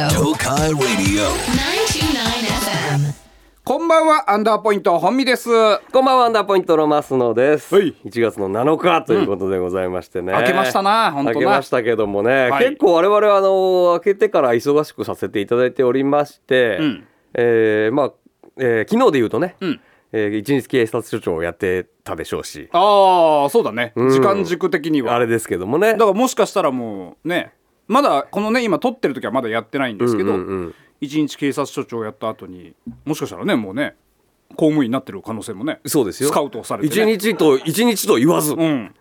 My Radio. 929FM. こんばんはアンダーポイント本美ですこんばんは、アンダーポイントの増野です。はい1月の7日ということでございましてね。うん明けましたな本当な明けましたけどもね、はい結構我々はあの明けてから忙しくさせていただいておりまして、うんえーまあ、えー昨日で言うとね、うんえー一日警察署長をやってたでしょうし、ああそうだね、ん時間軸的にはあれですけどもね。だからもしかしたらもうねまだこのね今撮ってる時はまだやってないんですけど、うんうんうん一日警察署長やった後にもしかしたらねもうね公務員になってる可能性もねそうですよ。スカウトされて、一ね、日と一日と言わず、うんうん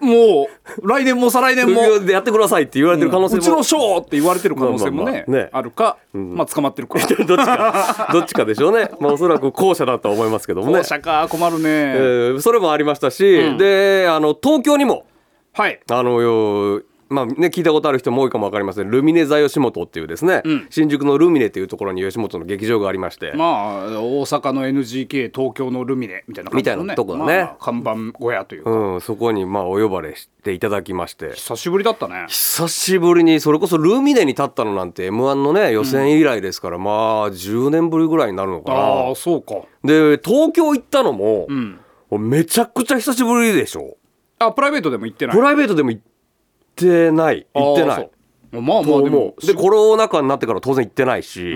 もう来年も再来年 も副業でやってくださいって言われてる可能性うちも、の賞って言われてる可能性もね,、まあまあまあねあるか、まあ捕まってる か どっちかどっちかでしょうね。まあおそらく後者だとは思いますけどもね。後者か困るね、えーそれもありましたし、んであの東京にもはいあのよまあね、聞いたことある人も多いかも分かりませんルミネ座吉本っていうですね、ん新宿のルミネっていうところに吉本の劇場がありまして、まあ大阪の NGK 東京のルミネみたいな感じのねみたいなとこだねまあまあ看板小屋というか、うん、そこにまあお呼ばれしていただきまして久しぶりだったね久しぶりにそれこそルミネに立ったのなんて m 1のね予選以来ですから、まあ10年ぶりぐらいになるのかああなーそうかで東京行ったのも、うんめちゃくちゃ久しぶりでしょあプライベートでも行ってないプライベートでも行ってない行ってなあいーそうまあまあでもでコロナ禍になってから当然行ってないし、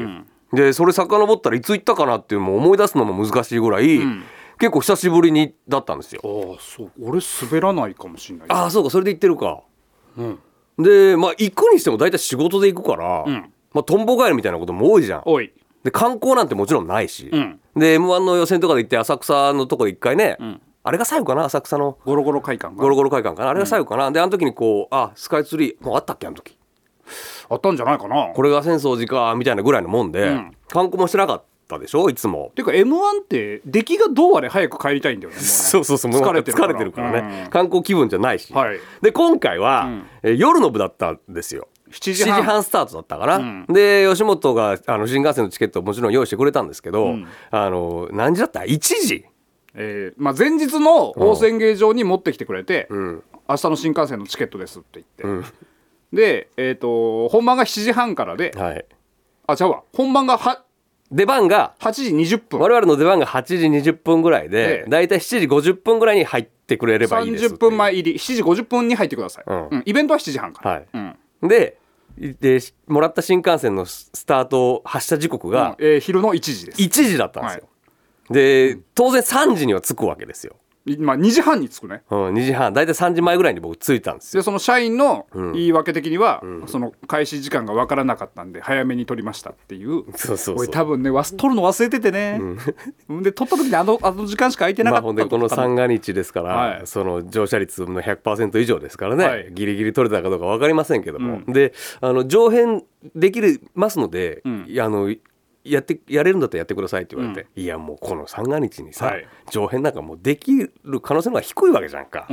でそれ遡ったらいつ行ったかなっていうのも思い出すのも難しいぐらい、結構久しぶりにだったんですよ。ああそう俺滑らないかもしれないああそうかそれで行ってるか。うんでまあ行くにしても大体仕事で行くから、うんまあ、トンボ帰るみたいなことも多いじゃん。おいで観光なんてもちろんないし、うんで m 1の予選とかで行って浅草のとこで一回ね、あれが最後かな浅草のゴロゴロ会館ゴがロゴロ会館かなあれが最後かな、であの時にこうあスカイツリーもうあったっけあの時。あったんじゃないかなこれが浅草寺かみたいなぐらいのもんで、ん観光もしてなかったでしょいつも。ていうか m 1って出来がどうあれ早く帰りたいんだよねもうね そうそうそうもう疲れてるから疲れてるからね、観光気分じゃないし、はいで今回は、えー夜の部だったんですよ7 7時時半半スタートだったかな、うんで吉本があの新幹線のチケットをもちろん用意してくれたんですけど、うんあの何時だった1時えーまあ、前日の大宣芸場に持ってきてくれて、ん明日の新幹線のチケットですって言って、で、えー、と本番が7時半からではいあ違うわ本番がは出番が8時20分我々の出番が8時20分ぐらいで、ええだいたい7時50分ぐらいに入ってくれればいいですって30いう分前入り7時50分に入ってください、うんイベントは7時半から、はいうんででしもらった新幹線のススタート発車時刻うんがえー昼の1時です1時だったんですよ、で当然3時には着くわけですよ、いまあ、2時半に着くねうん、2時半大体3時前ぐらいに僕着いたんで すよでその社員の言い訳的には、その開始時間が分からなかったんで早めに取りましたっていうそうそうそうおい多分ねわす取るの忘れててね、で取った時にあのあの時間しか空いてなまかあ、ったほんでこの三が日ですから、はいその乗車率の100%以上ですからね、はいギリギリ取れたかどうか分かりませんけども、であの上辺できるますので、んいやあのやってやれるんだったらやってくださいって言われて、いやもうこの三が日にさ、はい上辺なんかもうできる可能性の方が低いわけじゃんか。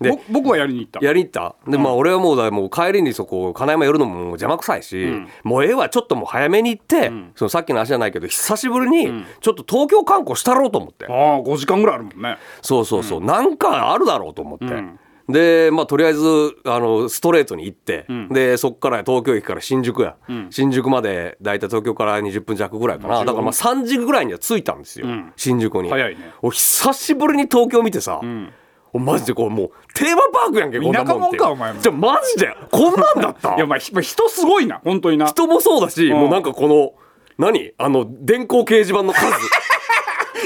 でぼ僕はやりに行ったやりに行ったで、まあ俺はもうだもう帰りにそこ金山寄るのももう邪魔くさいし、もうええわちょっともう早めに行って、そのさっきの話じゃないけど久しぶりにちょっと東京観光したろうと思って、ああ5時間ぐらいあるもんねそうそうそう、なんかあるだろうと思って、んでまあとりあえずあのストレートに行って、でそっから東京駅から新宿や、新宿まで大体東京から20分弱ぐらいかなだからまあ3時ぐらいには着いたんですよ、ん新宿に早いねお久しぶりに東京見てさ、おマジでこうもうテーマパークやんけこんなもんって田舎もんかお前もじゃあマジでこんなんだったいやまあひまあ人すごいな本当にな人もそうだし、んもうなんかこの何あの電光掲示 板の数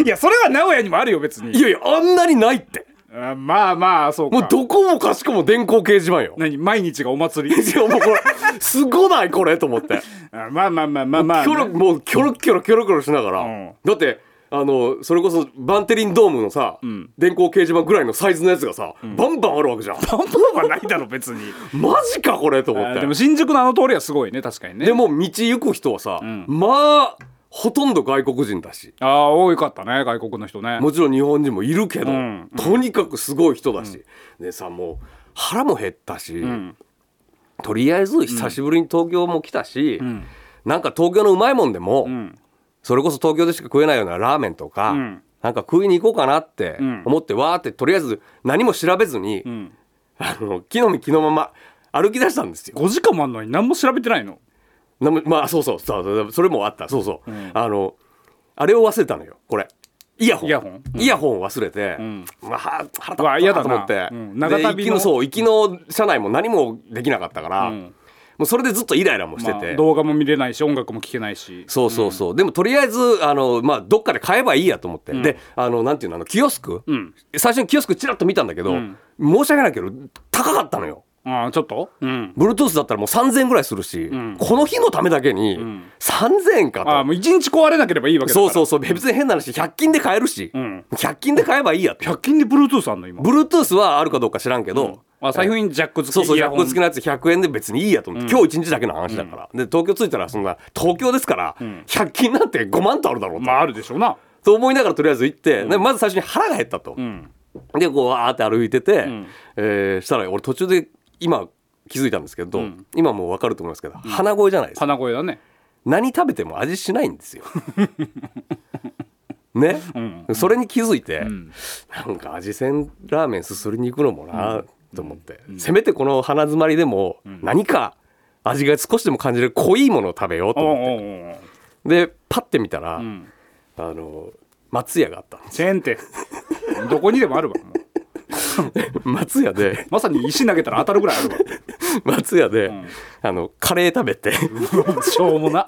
いやそれは名古屋にもあるよ別いにやいやあんなにないってあまあまあそうかもうどこもかしこも電光掲示板よ何毎日がお祭 りいやもうこれすごないこれと思ってあまあまあまあまあまあキョロもうキョロキョロキョロキョロしながら、うんだってあのそれこそバンテリンドームのさ、ん電光掲示板ぐらいのサイズのやつがさ、バンバンあるわけじゃんパンプはないだろ別にマジかこれと思っあてでも新宿のあの通りはすごいね確かにねでも道行く人はさ、まあほとんど外国人だしああ多かったね外国の人ねもちろん日本人もいるけど、うんとにかくすごい人だし、でさもう腹も減ったし、んとりあえず久しぶりに東京も来たし、んなんか東京のうまいもんでも、うんそれこそ東京でしか食えないようなラーメンとか、うんなんか食いに行こうかなってん思って、わーってとりあえず何も調べずに、んあの木の実木のまま歩き出したんですよ。 5時間もあんのに何も調べてないのなむまあそうそうそうそうそれもあったそうそう、あのあれを忘れたのよこれイヤホンイヤホンうんイヤホンを忘れて、まあ、はうわ腹立嫌っだなたなと思って、うん長旅ので行きのそう行きの車内も何もできなかったから、うんもうそれでずっとイライラもしてまて、あ、動画も見れないし音楽も聴けないしそうそうそう、でもとりあえずあの、まあ、どっかで買えばいいやと思って、であのなんていうのあのキオスク、うん最初にキオスクちらっと見たんだけど、ん申し訳ないけど高かったのよああちょっとうん、 Bluetooth だったらもう3000円ぐらいするし、んこの日のためだけに3000円かと、ああもう一日壊れなければいいわけだからそうそうそう別に変な話100均で買えるし、ん100均で買えばいいやと100均で Bluetooth あんの今 Bluetooth はあるかどうか知らんけど、あ財布にジャック付きそうそう、イ100ヤ個ホン付きのやつ100円で別にいいやと思って、今日一日だけの話だから。で、東京着いたら、そんな、東京ですから、100均なんて5万とあるだろうと。まああるでしょうなと思いながらとりあえず行って、でまず最初に腹が減ったと、でこうわーって歩いてて、えーしたら俺途中で今気づいたんですけど、今もう分かると思いますけど鼻声じゃないですか、鼻声だね何食べても味しないん ですよね、それに気づいて、なんか味せんラーメンすすりに行くのもなと思って、せめてこの鼻詰まりでも何か味が少しでも感じる濃いものを食べようとおう思おってうおうでパッて見たら、んあの松屋があったんですチェーン店どこにでもあるわもう松屋 でまさに石投げたら当たるぐらいあるわ松屋で、あのカレー食べてしょうもな。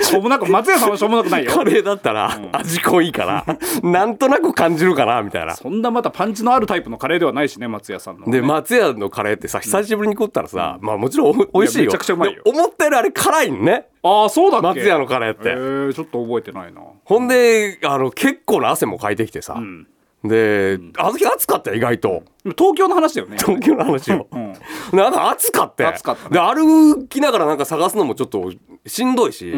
しょうもなく、松屋さんはしょうもなくない カよ。レーだったら味濃 いから、なんとなく感じるかなみたいな。そんなまたパンチのあるタイプのカレーではないしね、松屋さんの。で松屋のカレーってさ久しぶりに食ったらさ、まあもちろんお美味しいよいやめちゃくちゃうまいよで思ったよりあれ辛いんねああ、そうだっけ松屋のカレーってえー、ちょっと覚えてないな。ほんであの結構な汗もかいてきてさ、んであの日暑かったよ意外とでも東京の話だよね。東京の話を、ん なんか暑かったよ暑かったねで歩きながらなんか探すのもちょっとしんどいし、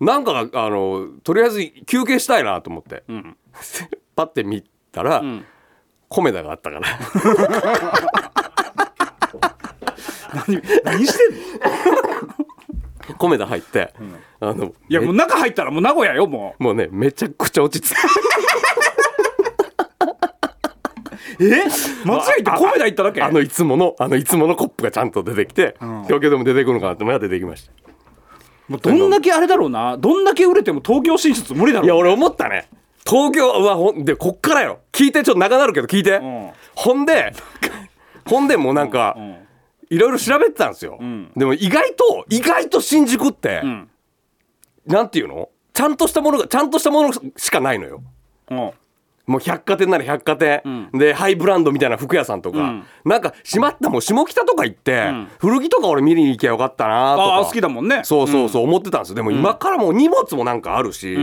なんかあのとりあえず休憩したいなと思って、 パッて見たら、米田があったから何何してんの 米田入って、あのいや、もうめ中入ったらもう名古屋よ、ももうねめちゃくちゃ落ち着くう。え松屋行って米田行っただけあのいつものあのいつものコップがちゃんと出てきて、東京でも出てくるのかなって思いながら出てきましたもうどんだけあれだろうな。どんだけ売れても東京進出無理だいやろう。俺思ったね東京はほんでこっからよ聞いてちょっと長なるけど聞いて、んほんでほんでもうなんかんいろいろ調べてたんですよ、んでも意外と意外と新宿って、んなんていうのちゃんとしたものがちゃんとしたものしかないのようんもう百貨店なら百貨店、でハイブランドみたいな服屋さんとか、なんかしまったもう下北とか行って、古着とか俺見に行きゃよかったなとかああ、好きだもんね。そうそうそう思ってたんですよでも今からもう荷物もなんかあるし、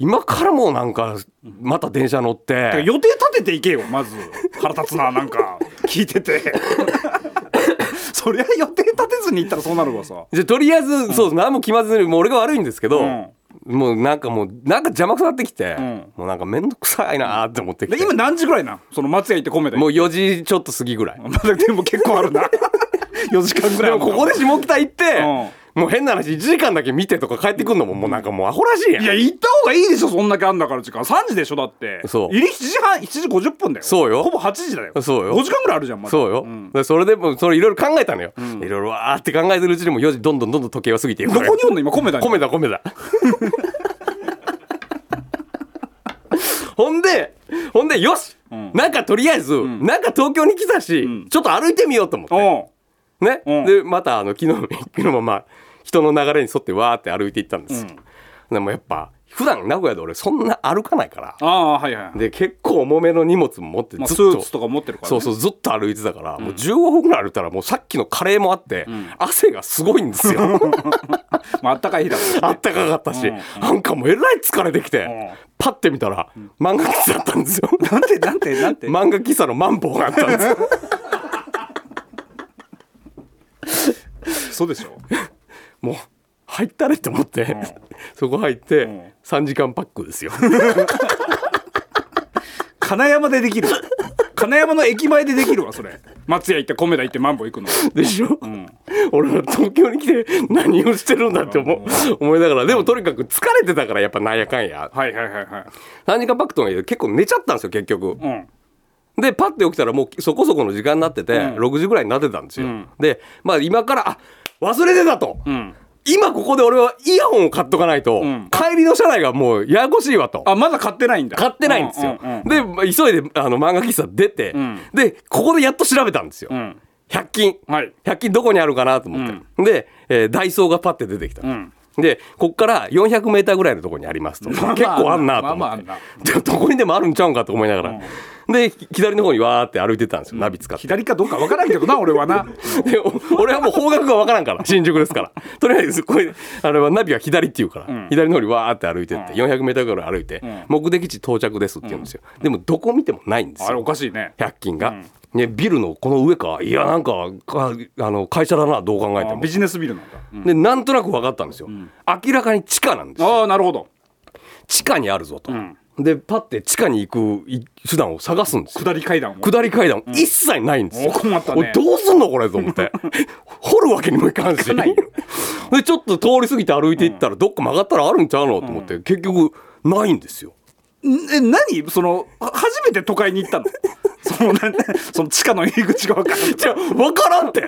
今からもうなんかまた電車乗ってて、か予定立てていけよまず腹立つななんか聞いててそりゃ予定立てずに行ったらそうなるわさじゃあとりあえず、そう何も決まずにもう俺が悪いんですけど、うんもうなんかもうなんか邪魔くさなってきて、んもうなんか面倒くさいなーって思ってきでて、今何時ぐらいなんその松屋行って米田も行っう4時ちょっと過ぎぐらい、てまだでも結構あるな4時間ぐらいであもるなここで下北行って、うもう変な話1時間だけ見てとか帰ってくんのももうなんかもうアホらしいやんいや行った方がいいでしょそんだけあんだから時間3時でしょだってそう入り7時半7時50分だよそうよほぼ8時だよそうよ5時間ぐらいあるじゃんまだそうよ、んでそれでもそれいろいろ考えたのよ、いろいろわーって考えてるうちにもう4時どんどんどんどん時計は過ぎていくどからこにおんの今米田に米だ米だほんでほんでよし、なんかとりあえず、なんか東京に来たし、ちょっと歩いてみようと思って、おうね、うんでまたあの昨日の昨日のまま人の流れに沿ってわーって歩いていったんですよ、でもやっぱ普段名古屋で俺そんな歩かないからああはいはい、で結構重めの荷物も持ってずまっあ、と、スーツとか持ってるから、そね、うそうずっと歩いてたから、もう15分ぐらい歩いたらもうさっきのカレーもあって、汗がすごいんですよまああったかい日だからあったかかったし、なんかもうえらい疲れてきて、 パッて見たら漫画喫茶だったんですよなんてなんてなんて漫画喫茶のマンボウがあったんです よそうでしょもう入ったれって思って、そこ入って、ん3時間パックですよ金山でできる金山の駅前でできるわそれ松屋行って米田行ってマンボウ行くのでしょ、俺は東京に来て何をしてるんだって思う思いながらでもとにかく疲れてたからやっぱなんやかんやはいはいはいはい3時間パックとはいえ結構寝ちゃったんですよ結局、うんでパッて起きたらもうそこそこの時間になってて、6時ぐらいになってたんですよ、でまあ今からあ忘れてたと、ん今ここで俺はイヤホンを買っとかないと、ん帰りの車内がもうややこしいわと。あまだ買ってないんだ買ってないんですよ。うんうんうんで、まあ急いであの漫画喫茶出て、んで、ここでやっと調べたんですよ。うん100均。はい100均どこにあるかなと思って。で、えーダイソーがパッて出てきた。うんで、こっから400メーターぐらいのところにありますと。結まあ構あんなと思って。まあまああんなでどこにでもあるんちゃうんかと思いながら。で、左の方にわーって歩いてたんですよ。ナビ使って。左かどうかわからんけどな俺はな でお俺はもう方角がわからんから新宿ですからとりあえずこれあれはナビは左っていうから、左の方にわーって歩いてって、400m ぐらい歩いて、目的地到着ですって言うんですよ、でもどこ見てもないんです あれおよかしいね100均が、ね、ビルのこの上かいやなんかかあの会社だなどう考えてあもビジネスビルなんだ、うんでなんとなく分かったんですよ、明らかに地下なんですよああなるほど地下にあるぞと、んでパッて地下に行くい手段を探すんですよ下り階段を下り階段一切ないんですよ。お困ったね俺どうすんのこれと 思って。掘るわけにもいかんし。かないよで、ちょっと通り過ぎて歩いていったら、どっか曲がったらあるんちゃうのと思って、結局、ないんですよ。んえ何そのは初めて都会に行ったの そのなその地下の入り口が分からんじゃあ、わからん って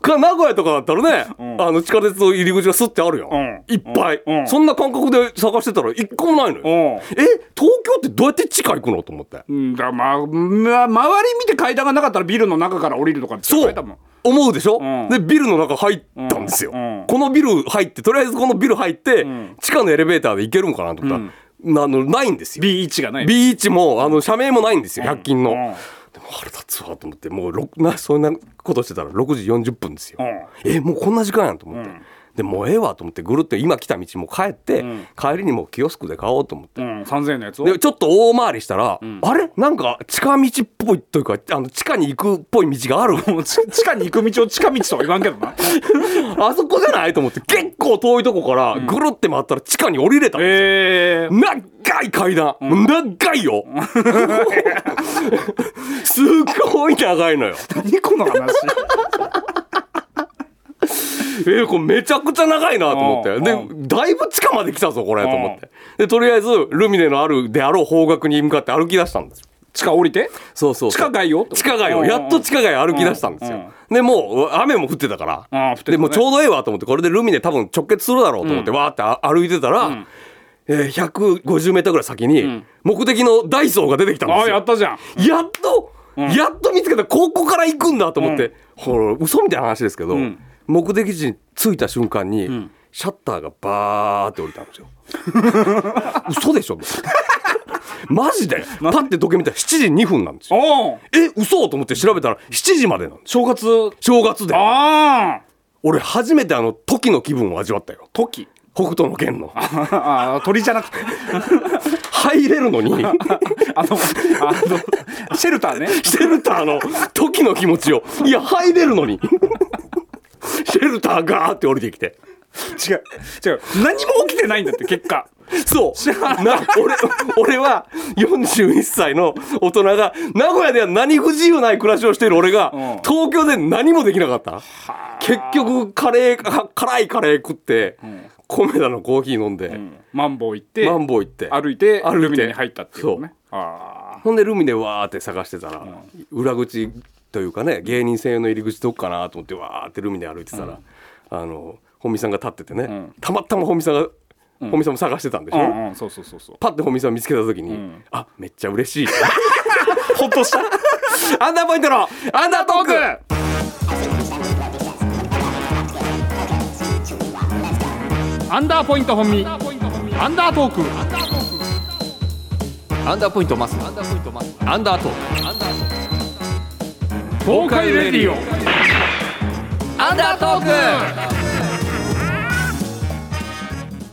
か名古屋とかだったらね、うんあの地下鉄の入り口がスッてあるよ、うんいっぱい、うんそんな感覚で探してたら一個もないのよ、うんえ東京ってどうやって地下行くのと思ってうんだからまあ、ま周り見て階段がなかったらビルの中から降りるとかってそうたもん思うでしょ、うんでビルの中入ったんですよ、うんうんこのビル入ってとりあえずこのビル入って、ん地下のエレベーターで行けるんかなと思ったら、なあのないんですよ B1 がない B1 もあの社名もないんですよ100均の、うんでも腹立つわと思ってもうろくなそんなことしてたら6時40分ですよ、うえもうこんな時間やんと思って、うんでもうええわと思ってぐるっと今来た道も帰って、ん帰りにもうキオスクで買おうと思ってうん3000円のやつをでちょっと大回りしたら、あれなんか近道っぽいというかあの地下に行くっぽい道があるもうち地下に行く道を近道とは言わんけど なあそこじゃないと思って結構遠いとこからぐるって回ったら地下に降りれたんですよええ長い階段、長いよすっごい長いのよ何この話えー、これめちゃくちゃ長いなと思ってうでだいぶ地下まで来たぞこれと思ってでとりあえずルミネのあるであろう方角に向かって歩き出したんですよ地下降りてそうそう地下街を地下街をうんやっと地下街歩き出したんですよ、でもう雨も降ってたからああ降ってたねでもうちょうどええわと思ってこれでルミネ多分直結するだろうと思って、わーってあ歩いてたら、えー、150メーターぐらい先に目的のダイソーが出てきたんでああすよ、やったじゃんやっと、やっと見つけたここから行くんだと思って、ほら嘘みたいな話ですけど、ん目的地に着いた瞬間に、シャッターがバーって降りたんですよ 嘘でしょ マジでパッて時計見たら7時2分なんですよおおえ嘘と思って調べたら7時までなんです正月正月でああ俺初めてあの時の気分を味わったよ時北斗の剣の ああ鳥じゃなくて入れる のにあのあのシェルターねシェルターの時の気持ちをいや入れるのに シェルターガーって降りてきて違う違う何も起きてないんだって結果そうな俺俺は41歳の大人が名古屋では何不自由ない暮らしをしている俺が、ん東京で何もできなかった結局カレーか辛いカレー食って、米田のコーヒー飲んで、マンボウ行ってマンボウ行って歩いて歩いてルミネに入ったっていうことねあほんでルミネわーって探してたら、裏口というかね芸人専用の入り口どっかなと思ってわーってルミネ歩いてたら、あの本見さんが立っててね、んたまたま本見さんが、本見さんも探してたんでしあょ、うんうんそうそうそうそうパッて本見さん見つけた時に、んあめっちゃ 嬉しいほっとした アンダーポイントのアンダートークアンダーポイント本身アンダートークアンダーポイントマスアンダーポイントマスアンダートー東海レディオアンダートーク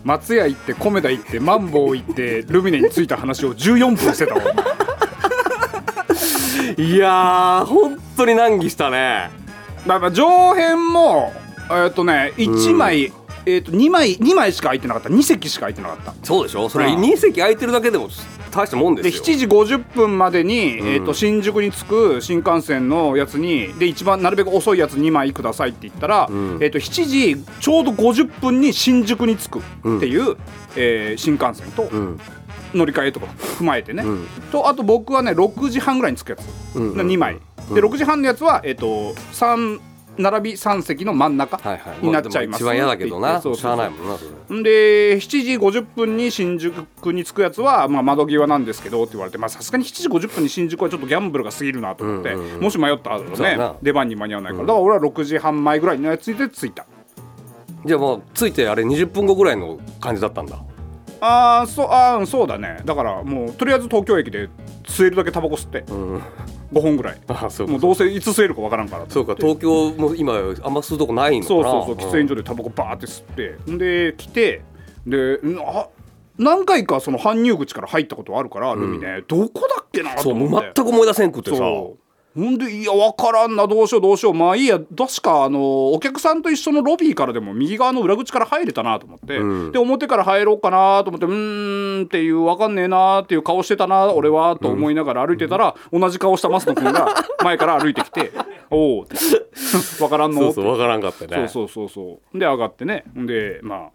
松屋行って米田行ってマンボウ行ってルミネに着いた話を14分してたわお前いやー本当に難儀したねだから上辺もえーっ、とね1枚、えーっ、と2枚2枚しか空いてなかった2席しか空いてなかったそうでしょそれうん2席空いてるだけでも大したもんでですよ7時50分までに、えー、と新宿に着く新幹線のやつにで一番なるべく遅いやつ2枚くださいって言ったら、えー、と7時ちょうど50分に新宿に着くっていう、えー新幹線とん乗り換えとか踏まえてね、んとあと僕はね6時半ぐらいに着くやつ、うんうん2枚で6時半のやつは、えー、と3並び三席の真ん中はいはいになっちゃいます一番嫌だけどなって言ってしゃあないもんなそれんで7時50分に新宿に着くやつは、まあ、窓際なんですけどって言われてまあさすがに7時50分に新宿はちょっとギャンブルが過ぎるなと思って、もし迷ったらそうやねな出番に間に合わないから、だから俺は6時半前ぐらいのやつで着いたじゃあもうついてあれ20分後ぐらいの感じだったんだ あーそうあーそうだねだからもうとりあえず東京駅で吸えるだけタバコ吸って、5本ぐらいあそうもうかどうせいつ吸えるかわからんからそうか東京も今あんま吸うとこないのかそうなそうそう喫煙所でタバコバーって吸ってんで来てでんあ何回かその搬入口から入ったことあるから、ルミねどこだっけなとそう思もっうて全く思い出せんくってさそうほんでいや分からんなどうしようどうしようまあいいや確かあのお客さんと一緒のロビーからでも右側の裏口から入れたなと思って、で表から入ろうかなと思ってうーんっていう分かんねえなっていう顔してたな俺はと思いながら歩いてたら、同じ顔した増野君が前から歩いてきて「おお」って 「分からんの?」そうそうわからんかったねそうそうそうそうで上がってねでまあ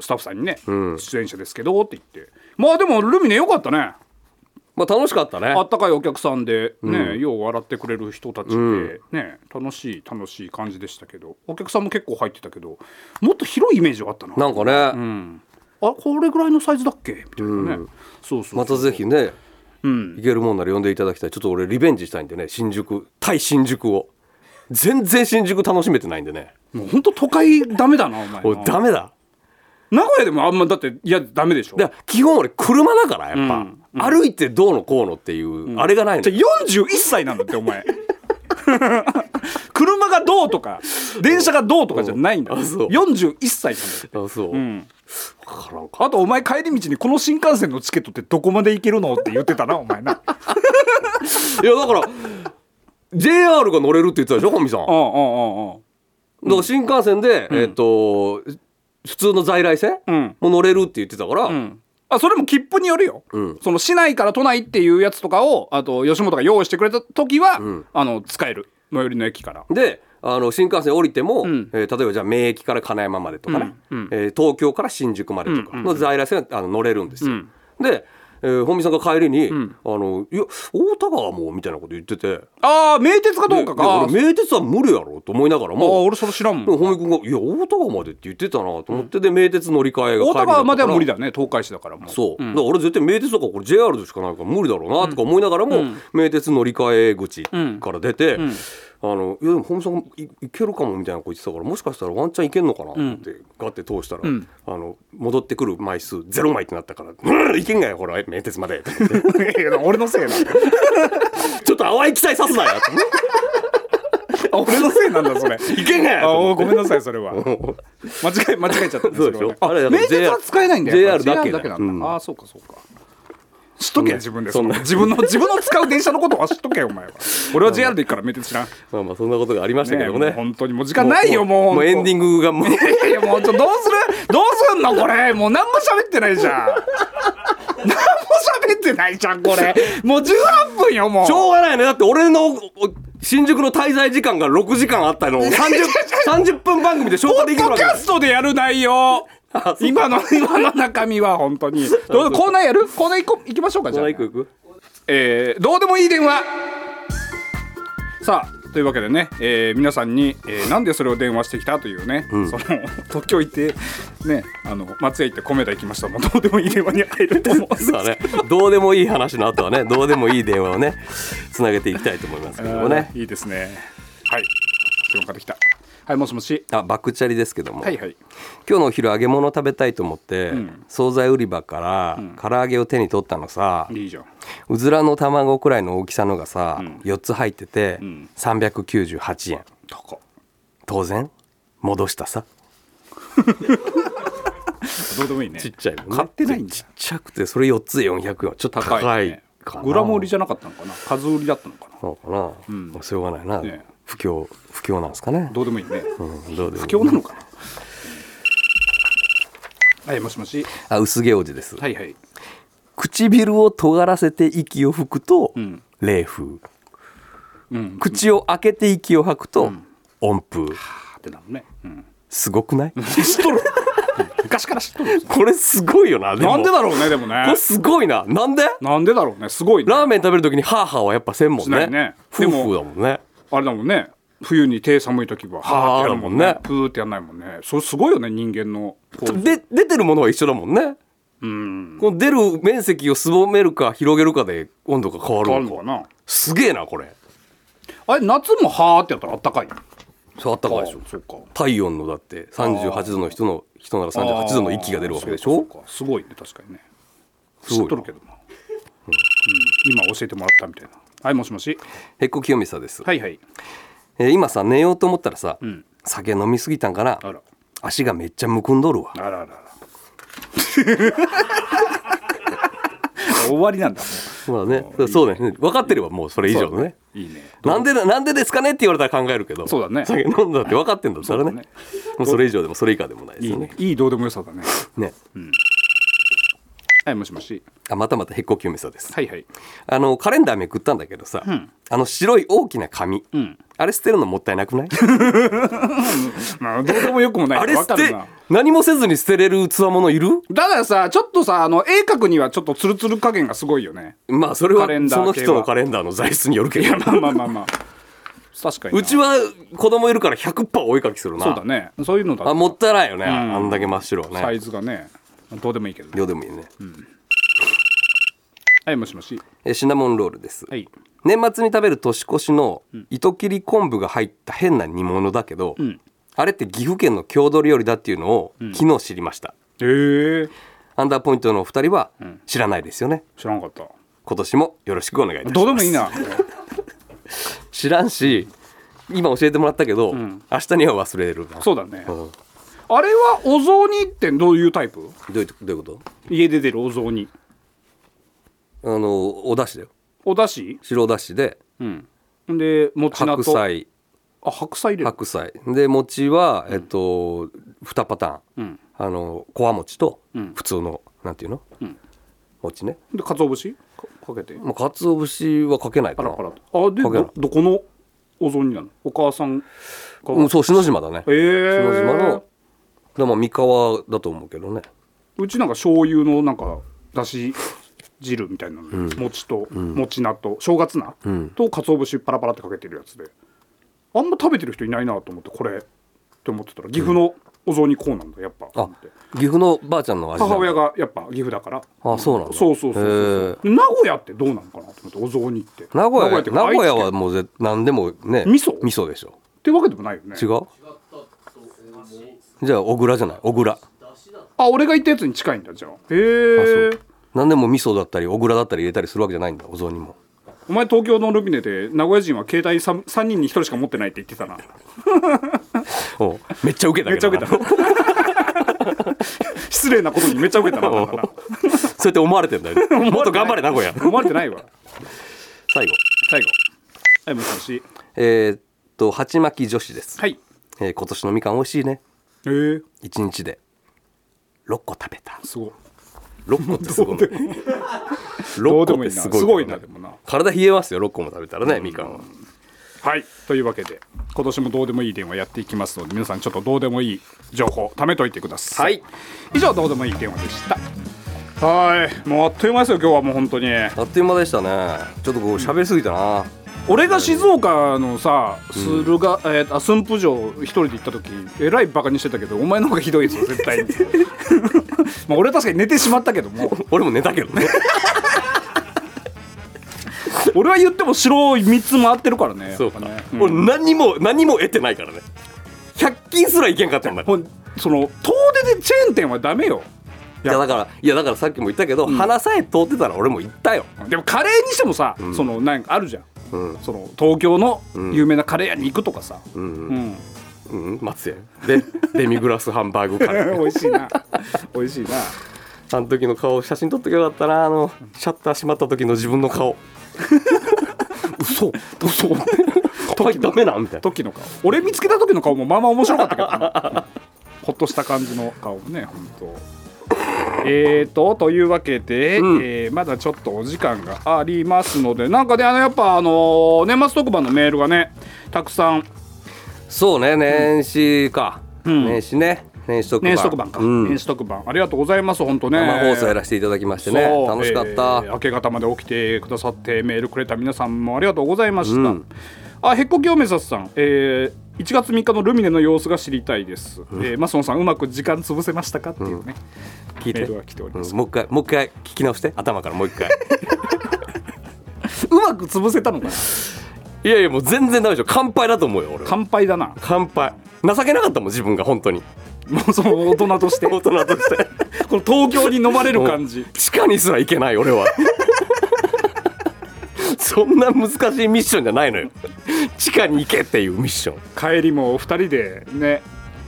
スタッフさんにね、出演者ですけどって言ってまあでもルミネよかったねまあ楽しかったねあったかいお客さんでね、よう笑ってくれる人たちで、ね楽しい楽しい感じでしたけどお客さんも結構入ってたけどもっと広いイメージがあったななんかねあこれぐらいのサイズだっけみたいなね、そうそうまたぜひね行けるもんなら呼んでいただきたいちょっと俺リベンジしたいんでね新宿対新宿を全然新宿楽しめてないんでねもうほんと都会ダメだなお前なおいダメだ名古屋でもあんまだっていやダメでしょだから基本俺車だからやっぱ、歩いてどうのこうのっていう、あれがないのじゃあ41歳なんだってお前 車がどうとか電車がどうとかじゃないんだ、うんあそう41歳なんだってあそう、んわからんかあとお前帰り道にこの新幹線のチケットってどこまで行けるのって言ってたなお前 ないやだから JR が乗れるって言ってたでしょ本見さんだうかんうんうんうんら新幹線で、えっ、と普通の在来線、うんも乗れるって言ってたから、あそれも切符によるよ、んその市内から都内っていうやつとかをあと吉本が用意してくれた時は、あの使える最寄りの駅からであの新幹線降りても、んえー例えばじゃあ名駅から金山までとかね、うんうんえー東京から新宿までとかの在来線があの乗れるんですうよ。んで、えー本見さんが帰りに「んあのいや大田川も」みたいなこと言っててああ名鉄かでどうかかであー俺名鉄は無理やろと思いながらあーも。俺それ知らんでももん本見君が「いや大田川まで」って言ってたなと思ってで名鉄乗り換えが大帰りだ田ったか川らまでは無理だね東海市だからもうそう、だから俺絶対名鉄とかこれ JR でしかないから無理だろうなとか思いながらも、名鉄乗り換え口から出て、あのいやでも本間さんいいけるかもみたいなこと言ってたからもしかしたらワンチャンいけんのかなと思って、ガッて通したら、あの戻ってくる枚数ゼロ枚ってなったから「うんいけんがよほら名鉄まで」と思って いや俺のせいだちょっと淡い期待 さすなよ」俺のせいなんだそれいけんがよ」あと思おってごめんなさいそれは 間違え間違えちゃったねそうでしれょはねあれあだから名鉄 JR は使えないんだよやっぱ JR だけ JR なんだ、うんああそうかそうか知っとけ自分でそんな自分の自分の使う電車のことは知っとけお前は 俺は JR で行くから名鉄知らんまあまあそんなことがありましたけねどももうね本当にもう時間ないよもうもうエンディングがもう いやもうちょどうするどうすんのこれもう何も喋ってないじゃん何も喋ってないじゃんこれもう18分よもうしょうがないねだって俺のお新宿の滞在時間が6時間あったの を 30, 30分番組で消化できポるッドわけキだャストでやる内容あそう今の今の中身は本当 にどうコーナーやるコーナー行こ行きましょうかじゃあ、行く行くえーどうでもいい電話さあというわけでね、えー皆さんに、えーなんでそれを電話してきたというね、その東京行ってねあの松江行って米田行きましたもうどうでもいい電話に入ると思うんですさあね、どうでもいい話の後はね、どうでもいい電話をね、つなげていきたいと思いますけどもね。いいですねはい電話かかってきたはいもしもしあ、バックチャリですけども、はいはい今日のお昼揚げ物食べたいと思って、惣菜売り場から唐揚げを手に取ったのさ、いいじゃんうずらの卵くらいの大きさのがさ、4つ入ってて、ん398円。高っ当然、戻したさ。どうでもいいねちっちゃいもんね買ってないんだちっちゃくてそれ4つで400円ちょっと高いねかなグラム売りじゃなかったのかな数売りだったのかななのかな、まあしょうがないな、ね不況不況なんですかねどうでもいいねうんどうでも不況なのかなはいもしもしあ薄毛おじです、はいはい唇を尖らせて息を吹くと、冷風、うん口を開けて息を吐くと、温風はーってなるね、うん、すごくない 知っとる 昔から知っとるんですよこれすごいよなでも なんでだろうねでもねこれすごいななんでなんでだろうねすごいねラーメン食べる時にハーハーはやっぱせんもんしなねいね夫婦だもんねあれだもんね冬に手寒い時ははーってやるもんねはーやるもんねプーってやんないもんねそれすごいよね人間のこうで出てるものは一緒だもんねうんこの出る面積をすぼめるか広げるかで温度が変わる変わのるかのかなすげえなこれあれ夏もはーってやったらあったかいそうあったかいでしょあーそうか体温のだって38度の人の人なら38度の息が出るわけでしあーそょうかそうかすごいね確かにねす知ごっいとるけどな、うん今教えてもらったみたいなはいもしもしへっこ清美さんです、はいはいえー今さ寝ようと思ったらさ、ん酒飲みすぎたんかなあら足がめっちゃむくんどるわあらあらあら 終わりなんだもまあねそうだよね分かってればもうそれ以上のねういいねなんでなんでですかねって言われたら考えるけどそうだね酒飲んだって分かってんだったらそねうだねもうそれ以上でもそれ以下でもないですいいよねねいいどうでもよさだねねはいもしもしあまたまたへっこ清美さんですはいはいあのカレンダーめくったんだけどさ、あの白い大きな紙、んあれ捨てるのもったいな くないまあどうでもよくもないあれわ捨かてるな何もせずに捨てれる器物いるだからさちょっとさあの鋭角にはちょっとツルツル加減がすごいよねまあそれはカレンダー系そはの人のカレンダーの材質によるけどまあまあまあまあ確かになうちは子供いるから100%お絵かきするなそうだねそういうのだあもったいないよね、んあんだけ真っ白はサねイズがねどうでもいいけどねよでもいいね、はいもしもしえシナモンロールです、はい年末に食べる年越しの糸切り昆布が入った変な煮物だけど、んあれって岐阜県の郷土料理だっていうのを昨日知りました、へえアンダーポイントのお二人は知らないですよね知らんかった今年もよろしくお願いいたしますどうでもいいな知らんし今教えてもらったけど、明日には忘れるなそうだねうんあれはお雑煮ってどういうタイプどういうどういうこ家で出るお雑煮とあのお出汁だよおだし白だしでうんでもち菜と白菜あ白菜入れる白菜で餅は、えっと2パターうン、んあのこわ餅とん普通の、なんていうの、うん餅ねで鰹節かかけてもうかつお節はかけないパかラなパラとあでかけないどどこのお雑煮なのお母さんがうん、そう篠島だね、ええ篠島のでも三河だと思うけどねうちなんか醤油のなんかだし汁みたいなの、餅と、餅菜と正月菜、と鰹節パラパラってかけてるやつであんま食べてる人いないなと思ってこれって思ってたら岐阜のお雑煮こうなんだやっぱ、あ岐阜のばあちゃんの味だ母親がやっぱ岐阜だからあそうなんだそうそうそうそうへ名古屋ってどうなのかなと思ってお雑煮って名古屋っていう名か古屋は愛知県もうぜ何でもね味噌味噌でしょってわけでもないよね違うじゃあ小倉じゃない小倉あ俺が言ったやつに近いんだじゃあへそえう何でも味噌だったり小倉だったり入れたりするわけじゃないんだお雑煮もお前東京のルミネで名古屋人は携帯 3, 三人に1人しか持ってないって言ってたなおうめっちゃウケためっけちゃど受け た失礼なことにめっちゃ受けたなだからそうやって思われてん だよもっと頑張れ名古屋思われてないわ最後最後はいもしもしえーっと鉢巻き女子です、はいえー今年のみかん美味しいねえー、一日で6個食べたすごい6個ってすごいど6うで個っもいていなすすごいごいなでもな体冷えますよ6個も食べたらねみかんははいというわけで今年もどうでもいい電話やっていきますので皆さんちょっとどうでもいい情報貯めといてください、はい以上どうでもいい電話でしたはいもうあっという間ですよ今日はもう本当にあっという間でしたねちょっとこう喋りすぎたな俺が静岡のさ駿河、えーあ駿府城一人で行った時えらいバカにしてたけどお前の方がひどいですよ絶 対にまあ俺は確かに寝てしまったけども俺も寝たけどね俺は言っても城3つ回ってるからねそうやか、っぱね俺何も何も得てないからね100均すらいけんかったんだもうその遠出でチェーン店はダメよいやだからいやだからさっきも言ったけど、鼻さえ通ってたら俺も行ったよでもカレーにしてもさ、そのなんかあるじゃん、うんその東京の有名なカレー屋に行くとかさ、ううんん、 うん、うん、松屋でデミグラスハンバーグカレー美味しいな美味しいな あの時の顔写真撮ってよかったなあのシャッター閉まった時の自分の顔嘘嘘はいダメなんみたいな時の顔俺見つけた時の顔もまあまあ面白かったけどな ほっとした感じの顔もね本当えーとというわけで、うんえーまだちょっとお時間がありますのでなんかねあのやっぱあのー年末特番のメールがねたくさんそうね年始か、うん年始ね年始特番年始特番か、うん年始特番ありがとうございます本当ね生放送やらせていただきましてねそう楽しかった、えー明け方まで起きてくださってメールくれた皆さんもありがとうございました、うんあへっこきおめささん、えー1月3日のルミネの様子が知りたいです、えーマソンさんうまく時間潰せましたかっていうね、聞いメてールが来ておりますうんもう一回もう一回聞き直して頭からも う一回うまく潰せたのかないやいやもう全然ダメでしょ乾杯だと思うよ俺は乾杯だな乾杯情けなかったもん自分が本当にもうその大人と して大こ人 としての東京に飲まれる感じ地下にすら行けない俺 はそんな難しいミッションじゃないのよ地下に行けっていうミッション帰りもお二人でね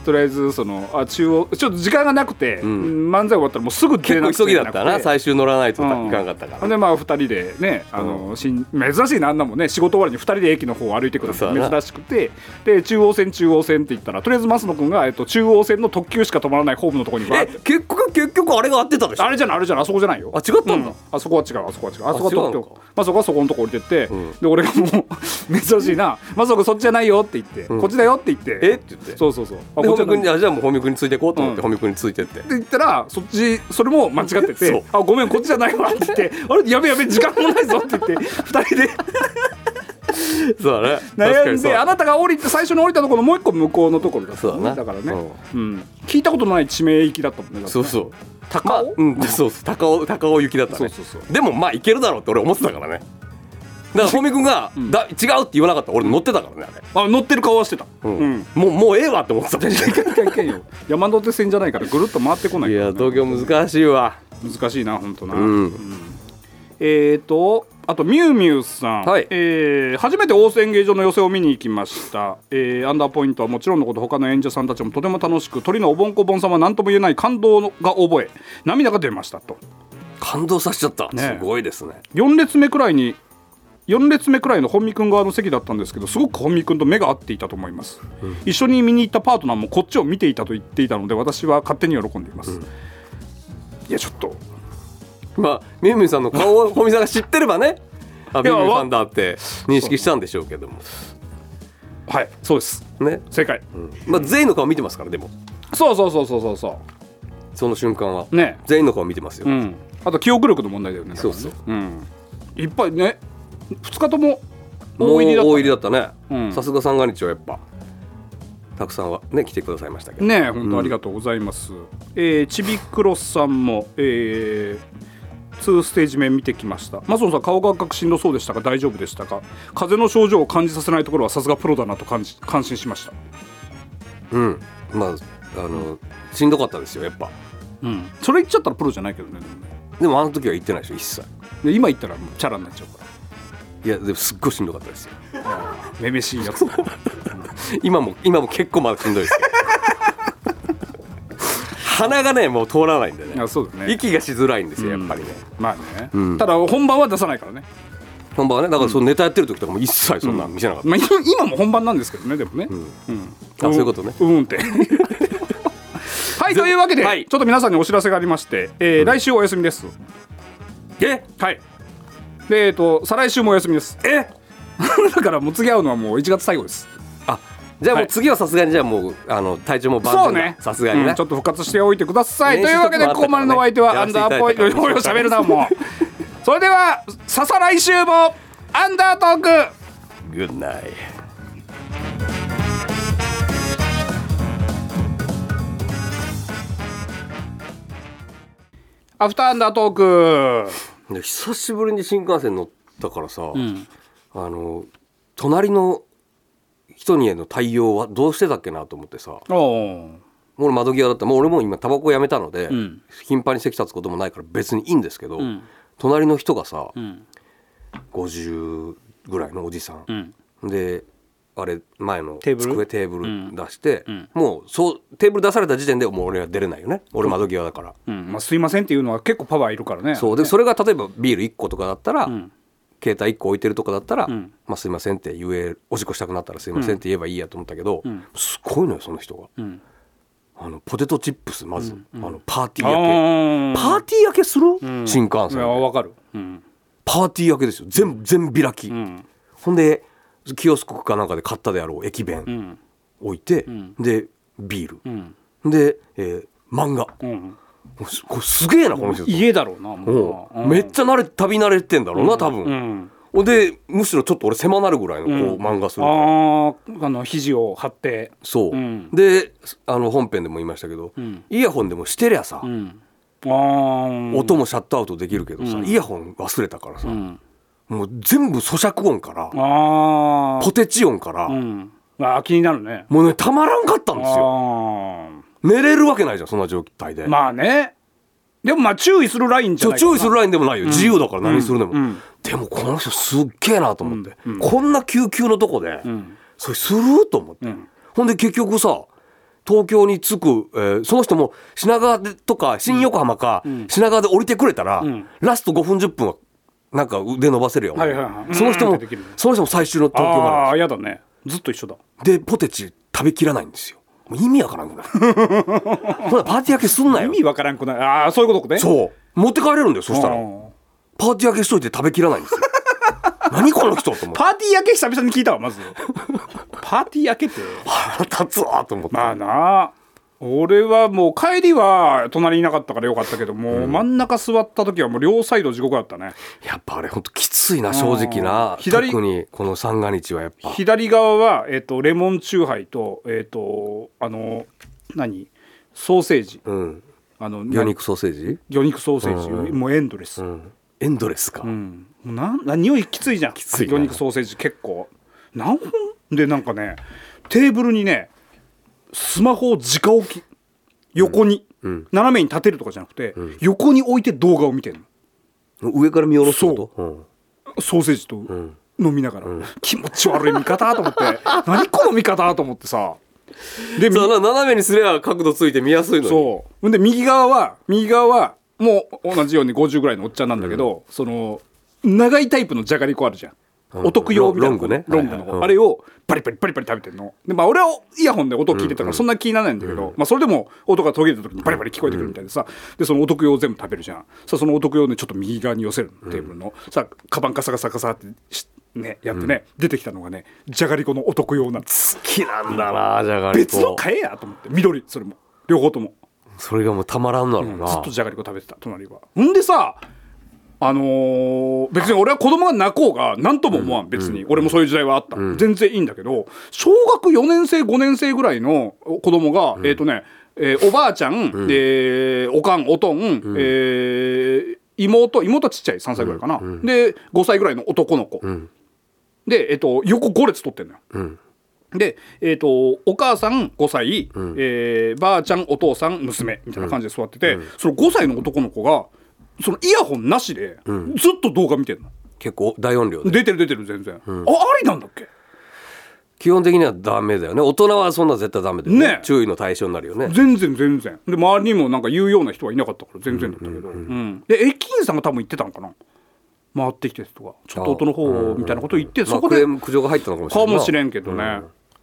とりあえずそのあ中央ちょっと時間がなくて、ん漫才終わったらもうすぐ出結な構くて急ぎだったなくて最終乗らないというんかんかったから、ほんでまあ2人でねあの、しん珍しいなあんなもんね仕事終わりに2人で駅の方を歩いてくるそのうだ珍なしくてで中央線中央線って言ったらとりあえず増野君が、えっと、中央線の特急しか止まらないホームのところにわーえって結局結局あれが合ってたでしょあれじゃないあれじゃないあそこじゃないよあ違ったんだ、うんあそこは違うあそこは違うあそこは東違うの京かまあそこはそこのとこ降りてって、んで俺がもう 珍しいな「まさかそっちじゃないよ」って言って、こっちだよ」って言ってえって言ってそうそうそうあでこっホちだミな君にあじゃあもうホミ君についていこうと思って、うんホミ君についてってって言ったらそっちそれも間違ってそてう「あごめんこっちじゃないわ」って言 って「あれやべやべ時間もないぞ」って言って2人でそうだね悩んそうでだあなたが降りて最初に降りたところのもう一個向こうのところだったそうだなだからね、うん聞いたことのない地名域だったもんねだってねそうそう高尾まあうん、そうそう高尾高尾行きだったねそうそうそうでもまあいけるだろうって俺思ってたからねだからホミ君が、だ「違う」って言わなかったら俺乗ってたからねあれあ乗ってる顔はしてたうん、もうもうええわって思ってたい一回一回よ山手線じゃないからぐるっと回ってこないからや東京難しいわ難しいな本当な、うんえーとあとミュウミュウさん、はいえー初めて大須演芸場の寄せを見に行きました、えーアンダーポイントはもちろんのこと他の演者さんたちもとても楽しく鳥のおぼんこぼんさんは何とも言えない感動が覚え涙が出ましたと感動させちゃった、ねすごいですね4列目くらいに4列目くらいの本見くん側の席だったんですけどすごく本見くんと目が合っていたと思います、一緒に見に行ったパートナーもこっちを見ていたと言っていたので私は勝手に喜んでいます、いやちょっとまあみゆみゆさんの顔をホミさんが知ってればねあいみやゆみゆさんだって認識したんでしょうけどもはいそうですね、正解、まあ、全員の顔見てますからでもそうそうそうそうそうそその瞬間はうね全員の顔見てますよ、うん、あと記憶力の問題だよねそうそう多分ねうん、いっぱいね2日とももう大入りだっ大入りだったねうんさすが三が日はやっぱたくさんはね来てくださいましたけたど、ねえ本当ありがとうございます、えーちびくろさんもえー2ステージ目見てきましたマソンさん顔が赤くしんどそうでしたが大丈夫でしたか風邪の症状を感じさせないところはさすがプロだなと感じ感心しましたうんまああのしんどかったですよやっぱうんそれ言っちゃったらプロじゃないけどねでもねでもあの時は行ってないでしょ一切で今言ったらもうチャラになっちゃうかいやでもすっごいしんどかったですよらめめしいやつだ 今も今も結構まだしんど いですよ鼻がねもう通らないんでねあそうだね息がしづらいんですよやっぱりね、まあね、うんただ本番は出さないからね本番はねだからそのネタやってる時とかも一切そんなの見せなかった、まあ、今今も本番なんですけどねでもね、うんあそういうことねうんって はいというわけで、はいちょっと皆さんにお知らせがありまして、えー来週お休みですえはいでえっ、と再来週もお休みですえ だからもう次会うのはもう1月最後ですあじゃあもはうい次はさすがにじゃあもうあの体調も万そう全ねださすがにね、うんちょっと復活しておいてください練と習いうわけでとこかもあこまったからでねのお相手はやアらンせていダただーいたポイントからよしゃべるなもう それではささ来週もアンダートーク Good night. アフターアンダートークで久しぶりに新幹線乗ったからさ、あの隣の人にへの対応はどうしてたっけなと思ってさおお俺窓際だったもう俺も今タバコやめたので、ん頻繁に席立つこともないから別にいいんですけど、隣の人がさ、ん50ぐらいのおじさん、んであれ前のテー机ブルテーブル出して、もうそうテーブル出された時点でもう俺は出れないよね俺窓際だから。うんまあ、すいませんっていうのは結構パワーいるからね そうでそれが例えばビール1個とかだったら、携帯1個置いてるとかだったら「まあ、すいません」って言えおしっこしたくなったら「すいません」って言えばいいやと思ったけど、すごいのよその人が、んあのポテトチップスまず、あのパーティー焼けパパーティー焼けする、新幹線でわかる、うん、パーティー焼けですよ全部全開き、ほんでキオスクかなんかで買ったであろう駅弁、置いて、でビール、で、えー漫画、もうすこれすげえなこの人家だろうなももうめっちゃ慣れ旅慣れてんだろうな多分、うんほんでむしろちょっと俺狭なるぐらいのこう漫画するから、あーあの肘を張ってそう、うんであの本編でも言いましたけど、んイヤホンでもしてりゃさ、うんあー音もシャットアウトできるけどさ、イヤホン忘れたからさ、んもう全部咀嚼音からあーポテチ音から、うんあー気になるねもうねたまらんかったんですよあ寝れるわけないじゃんそんな状態で、ーまあねでもまあ注意するラインじちゃょないかな注意するラインでもないよ、自由だから何するでも、うんでもこの人すっげえなと思って、こんな救急のとこで、それすると思って、ほんで結局さ東京に着く、えーその人も品川でとか新横浜か、品川で降りてくれたら、んラスト5分10分はなんか腕伸ばせるよ、はいはいはいその人うんうもんできるねその人も最終の東京までああーやだねずっと一緒だでポテチ食べきらないんですよもう意味わからん くないほらパーティー明けすんな意よ味わからんくないああそういうことねうそう持って帰れるんだよそしたらんパーティー明けしといて食べきらないん ですよ何この人と思ってパーティー明け久々に聞いたわま ずパーティー明けって腹立つわと思って、まあな俺はもう帰りは隣にいなかったからよかったけども、う真ん中座った時はもう両サイド地獄だったねやっぱあれ本当きついな正直なうん左特にこの三が日はやっぱ左側は、えっとレモンチューハイとえっ、とあの何ソーセージうんあの魚肉ソーセージ魚肉ソーセージ、うんもうエンドレス、ううんんエンドレスか、もうなんな匂いきついじゃんきついな魚肉ソーセージ結構何本でなんかねテーブルにねスマホを直置き横に、斜めに立てるとかじゃなくて、横に置いて動画を見てる上から見下ろすことうんのソーセージと飲みながら、気持ち悪い見方と思って何この見方と思ってさでみそうな斜めにすれば角度ついて見やすいのにそうほんで右側は右側はもう同じように50ぐらいのおっちゃんなんだけど、その長いタイプのじゃがりこあるじゃん、うんお得用みたいなロングねロングのはいはい方、うんあれをパリパリパリパリ食べてるのでまあ俺はイヤホンで音を聞いてたからそんな気にならないんだけど、まあ、それでも音が途切れた時にパリパリ聞こえてくるみたいでさでそのお得用を全部食べるじゃんさそのお得用をねちょっと右側に寄せるのテーブルの、さカバンカサカサカサってしねやってね、出てきたのがねじゃがりこのお得用なんです好きなんだなじゃがりこ別の買えやと思って緑それも両方とも。それがもうたまらんのだろうな、ずっとじゃがりこ食べてた隣はほんでさあのー別に俺は子供が泣こうが何とも思わん別に俺もそういう時代はあった全然いいんだけど小学4年生5年生ぐらいの子供がえっとねえーおばあちゃんえーおかんおとんえー妹妹はちっちゃい3歳ぐらいかなで5歳ぐらいの男の子でえっと横5列取ってんのよで、えー、とお母さん5歳、えーばあちゃんお父さん娘みたいな感じで座ってて、その5歳の男の子がそのイヤホンなしでずっと動画見てるの、結構大音量で出てる出てる全然、あありなんだっけ基本的にはダメだよね大人はそんな絶対ダメだよねね注意の対象になるよね全然全然で周りにもなんか言うような人はいなかったから全然だったけど、うんで駅員さんが多分言ってたのかな回ってきてとかちょっと音の方をみたいなこと言って、まそあこクでレーかム苦情が入ったのかもしれないもしれんけどね、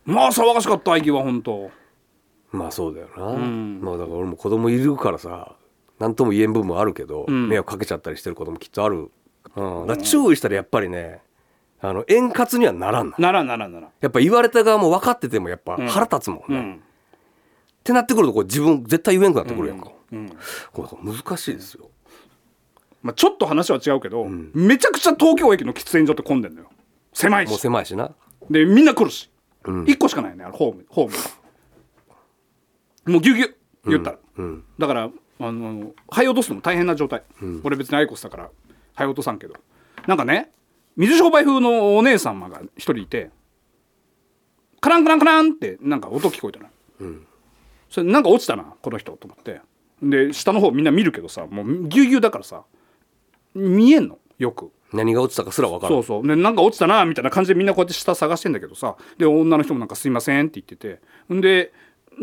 まあ騒がしかった駅は本当まあそうだよな、まあだから俺も子供いるからさ何とも言えん部分もあるけど、迷惑かけちゃったりしてることもきっとある、うん、だから注意したらやっぱりねあの円滑にはならんなならならならやっぱ言われた側も分かっててもやっぱ腹立つもんね、うんってなってくるとこう自分絶対言えんくなってくるやんか、これ難しいですよまあ、ちょっと話は違うけど、めちゃくちゃ東京駅の喫煙所って混んでんのよ狭いもうし狭いしなでみんな来るし、一1個しかないねあれホームホームがもうギュギュ言ったら、だからあの肺落とすのも大変な状態、俺別にアイコスだから肺落とさんけどなんかね水商売風のお姉様が一人いてカランカランカランってなんか音聞こえたな、それなんか落ちたなこの人と思ってで下の方みんな見るけどさもうギュギュだからさ見えんのよく何が落ちたかすら分からんそうそうでなんか落ちたなみたいな感じでみんなこうやって下探してんだけどさで女の人もなんか「すいません」って言っててんで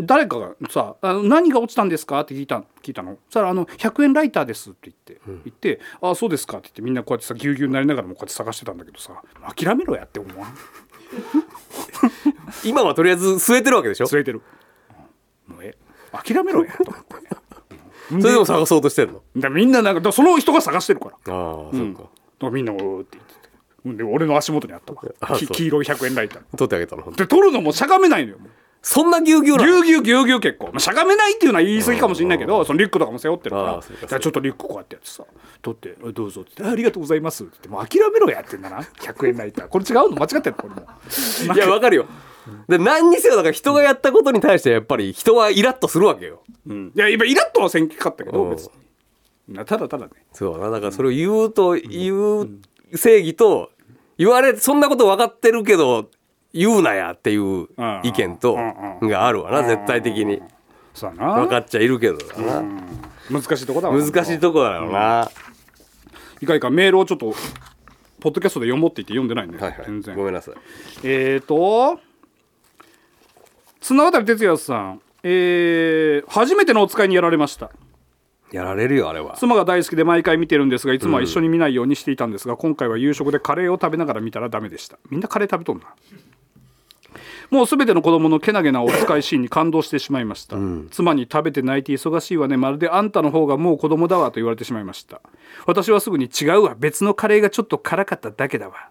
誰かがさあの「何が落ちたんですか?」って聞いた聞いたのそしたらあの「100円ライターです」って言って「言ってあそうですか」って言ってみんなこうやってさぎゅうぎゅうになりながらもこうやって探してたんだけどさ諦めろやって思わん今はとりあえず据えてるわけでしょそ連れてるもうええ諦めろやと思ってだかれでも探そうとしてんのらみんななんかだからその人が探してるからだかああそうか、らみんな「おー」って言っててで俺の足元にあったわあきそう黄色い100円ライター取ってあげたの本当で取るのもしゃがめないのよもうそんなぎゅうぎゅうなぎのゅうぎゅうぎゅうぎゅう結構、まあ、しゃがめないっていうのは言い過ぎかもしれないけど、そのリュックとかも背負ってるかあらあそうかじゃあちょっとリュックこうやってやってさ取って「どうぞ」って言ってあ「ありがとうございます」って言ってもう諦めろやってんだな100円ないからこれ違うの間違ってるこれも いやわかるよで何にせよだから人がやったことに対してやっぱり人はイラッとするわけようんいや今イラッとはせんかったけうどん別になただただねそうだなだからそれを言うと言う正義と言われそんなこと分かってるけど言うなやっていう意見とうんうんがあるわな絶対的にさあ分かなっちゃいるけどな難しいとこだわ難しいとこだよな、いかいかメールをちょっとポッドキャストで読もうって言って読んでないね、はいはい全然ごめんなさいえーと綱渡哲也さんえー初めてのお使いにやられましたやられるよあれは妻が大好きで毎回見てるんですがいつもは一緒に見ないようにしていたんですが、今回は夕食でカレーを食べながら見たらダメでしたみんなカレー食べとんなもうすべての子供のけなげなお使いシーンに感動してしまいました、妻に食べて泣いて忙しいわねまるであんたの方がもう子供だわと言われてしまいました私はすぐに違うわ別のカレーがちょっと辛かっただけだわ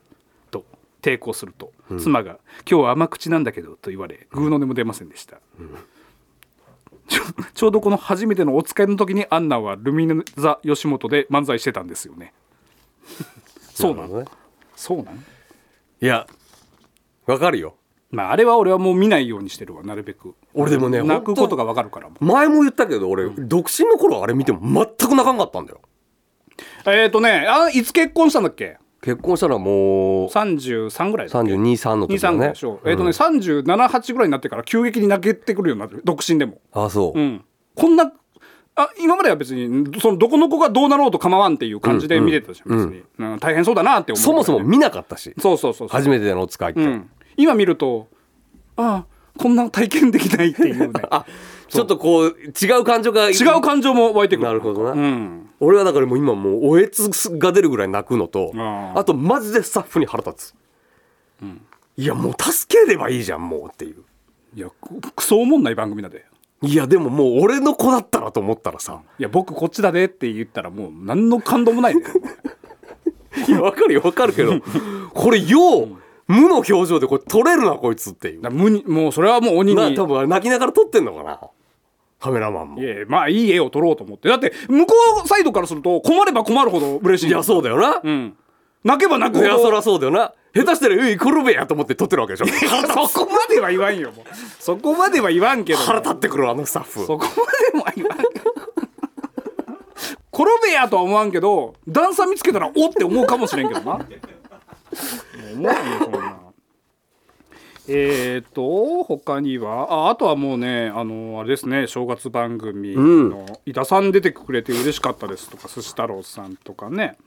と抵抗すると、妻が「今日は甘口なんだけど」と言われグーの音も出ませんでした、ちょちょうどこの初めてのお使いの時にアンナはルミネザ吉本で漫才してたんですよ ねそうななるのほどねそうなのいや分かるよまああれは俺はもう見ないようにしてるわなるべく俺でもね泣くことが本わかるからも当前も言ったけど俺、独身の頃あれ見ても全く泣かんかったんだようえっ、ー、とねあいつ結婚したんだっけ結婚したらもう33ぐらいだっけ323の時23だぐらいねでしょ、えっ、とね378ぐらいになってから急激に泣けてくるようになって独身でもあそう、うん、こんなあ今までは別にそのどこの子がどうなろうと構わんっていう感じで見てたじゃん、別に、うん大変そうだなって思うそもそも見なかったしそうそうそうそう初めてのお使いって、うん、今見るとああこんな体験できないっていうね あちょっとこう違う感情が違う感情も湧いてくるなるほどな、うん俺はだからもう今もうおえつが出るぐらい泣くのとああーとマジでスタッフに腹立つ、いやもう助ければいいじゃんもうっていういやくクソおもんない番組だでいやでももう俺の子だったらと思ったらさいや僕こっちだでって言ったらもう何の感動もない ねいやわかるよわかるけどこれよう無の表情でこれ取れるなこいつっていうだ無にもうそれはもう鬼なに多分あれ泣きながら撮ってんのかなカメラマンもいやまあいい絵を撮ろうと思ってだって向こうサイドからすると困れば困るほど嬉しいいやそうだよな、うん、泣けば泣くほいどやそりゃそうだよな下手したら「うい転べや」と思って撮ってるわけでしょ そこまでは言わんよもうそこまでは言わんけど腹立ってくるあのスタッフそこまでは言わんけど転べやとは思わんけど段差見つけたらおって思うかもしれんけどなもう思わんよそんなえーと他にはああとはもうねあのあれですね正月番組の井田さん出てくれて嬉しかったですとか寿司太郎さんとかね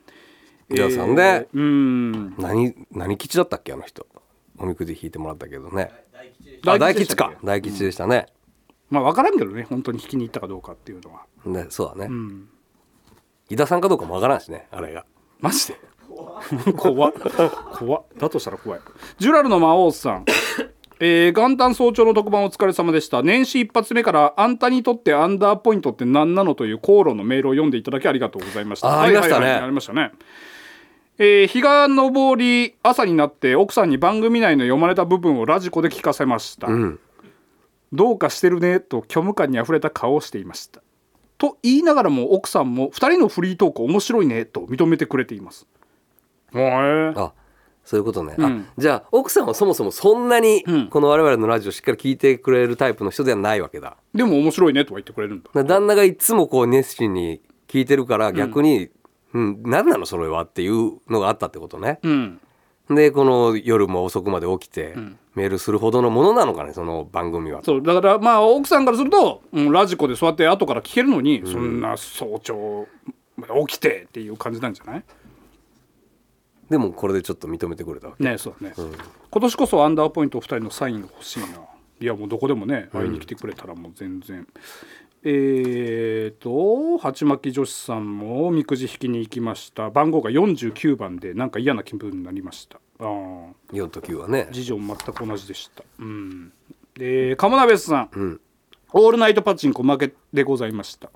井田さんねえーうん何何吉だったっけあの人おみくじ引いてもらったけどねあ大吉大でし吉たっかけ大吉でしたね、まあ分からんけどね本当に引きに行ったかどうかっていうのはねそうだね、井田さんかどうかもわからんしねあれがマジで 怖っ怖っだとしたら怖いジュラルの魔王さんえー元旦早朝の特番お疲れ様でした年始一発目からあんたにとってアンダーポイントって何なのという口論のメールを読んでいただきありがとうございましたあーありましはたねいはいはいありましたねえー日が昇り朝になって奥さんに番組内の読まれた部分をラジコで聞かせました、うんどうかしてるねと虚無感にあふれた顔をしていましたと言いながらも奥さんも2人のフリートーク面白いねと認めてくれていますへえあそういうことね、うんあじゃあ奥さんはそもそもそんなにうんこの我々のラジオしっかり聞いてくれるタイプの人ではないわけだでも面白いねとは言ってくれるんだだ旦那がいつもこう熱心に聞いてるから逆に、うん何なのそれはっていうのがあったってことね、うんでこの夜も遅くまで起きて、んメールするほどのものなのかねその番組はそうだからまあ奥さんからすると、うん、ラジコでそうやって後から聞けるのに、そんな早朝まで起きてっていう感じなんじゃないでもこれでちょっと認めてくれたわけねそうだね、今年こそアンダーポイント2人のサインが欲しいないやもうどこでもね会いに来てくれたらもう全然、えーと鉢巻き女子さんもおみくじ引きに行きました番号が49番でなんか嫌な気分になりましたあー4と9はね事情全く同じでしたうんで鴨鍋さん、オールナイトパチンコ負けでございました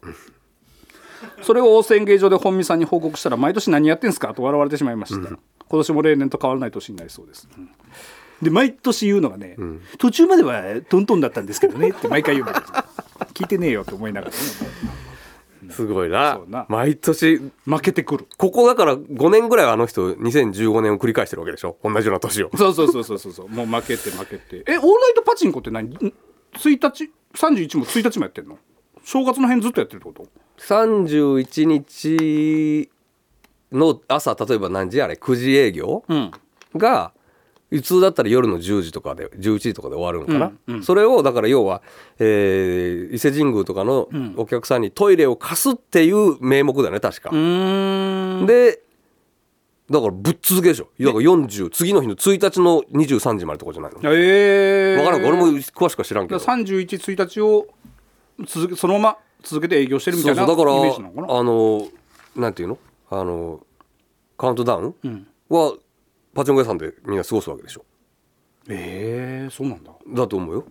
それを応戦芸場で本見さんに報告したら毎年何やってんすかと笑われてしまいました、今年も例年と変わらない年になりそうです、うんで毎年言うのがね、途中まではトントンだったんですけどねって毎回言うんだけど聞いてねえよと思いながら、ね、すごいなそうな毎年負けてくるここだから5年ぐらいはあの人2015年を繰り返してるわけでしょ同じような年をそうそうそうそうそうそうもう負けて負けてえオールナイトパチンコって何ん1日31も1日もやってんの正月の辺ずっとやってるってこと31日の朝例えば何時あれ9時営業うんが普通だったら夜の10時とかで11時とかで終わるのかな、うんうんそれをだから要は、えー伊勢神宮とかのんお客さんにトイレを貸すっていう名目だよね確か、うんでだからぶっ続けでしょだから40次の日の1日の23時までとかじゃないの分ええー、からん俺も詳しくは知らんけど311日を続けそのまま続けて営業してるみたいなそうそうだイからメージなのかなあのなんていうのあのカウントダウンうん、はパチンコ屋さんでみんな過ごすわけでしょええー、そうなんだだと思うよ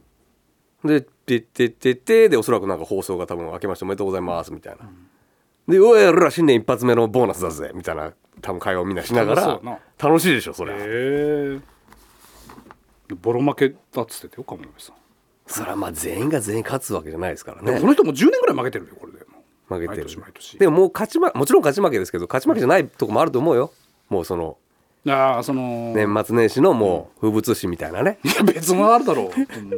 で「てってってって」でおそらくなんか放送が多分明けましておめでとうございますみたいな、で「おい俺ら新年一発目のボーナスだぜ」みたいな多分会話をみんなしなが楽らしそうや楽しいでしょそりゃ、ええボロ負けだっつっててよ上さん、そりゃまあ全員が全員勝つわけじゃないですからでもねこの人もう10年ぐらい負けてるよこれでもう負けてる毎年毎年でももう勝ち、ま、もちろん勝ち負けですけど勝ち負けじゃないとこもあると思うよもうそのああその、年末年始のもう風物詩みたいなね、いや別物あるだ ろうそんな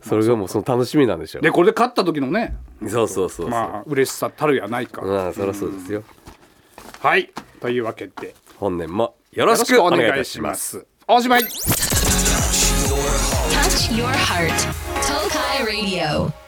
それがもうその楽しみなんでしょでこれで勝った時のねそうそうそうそう、まあ嬉しさたるやないか、まあそりゃそうですよはいというわけでよ本年もよろしくお願いいたしますすおしまい Touch your heart. Tokai Radio.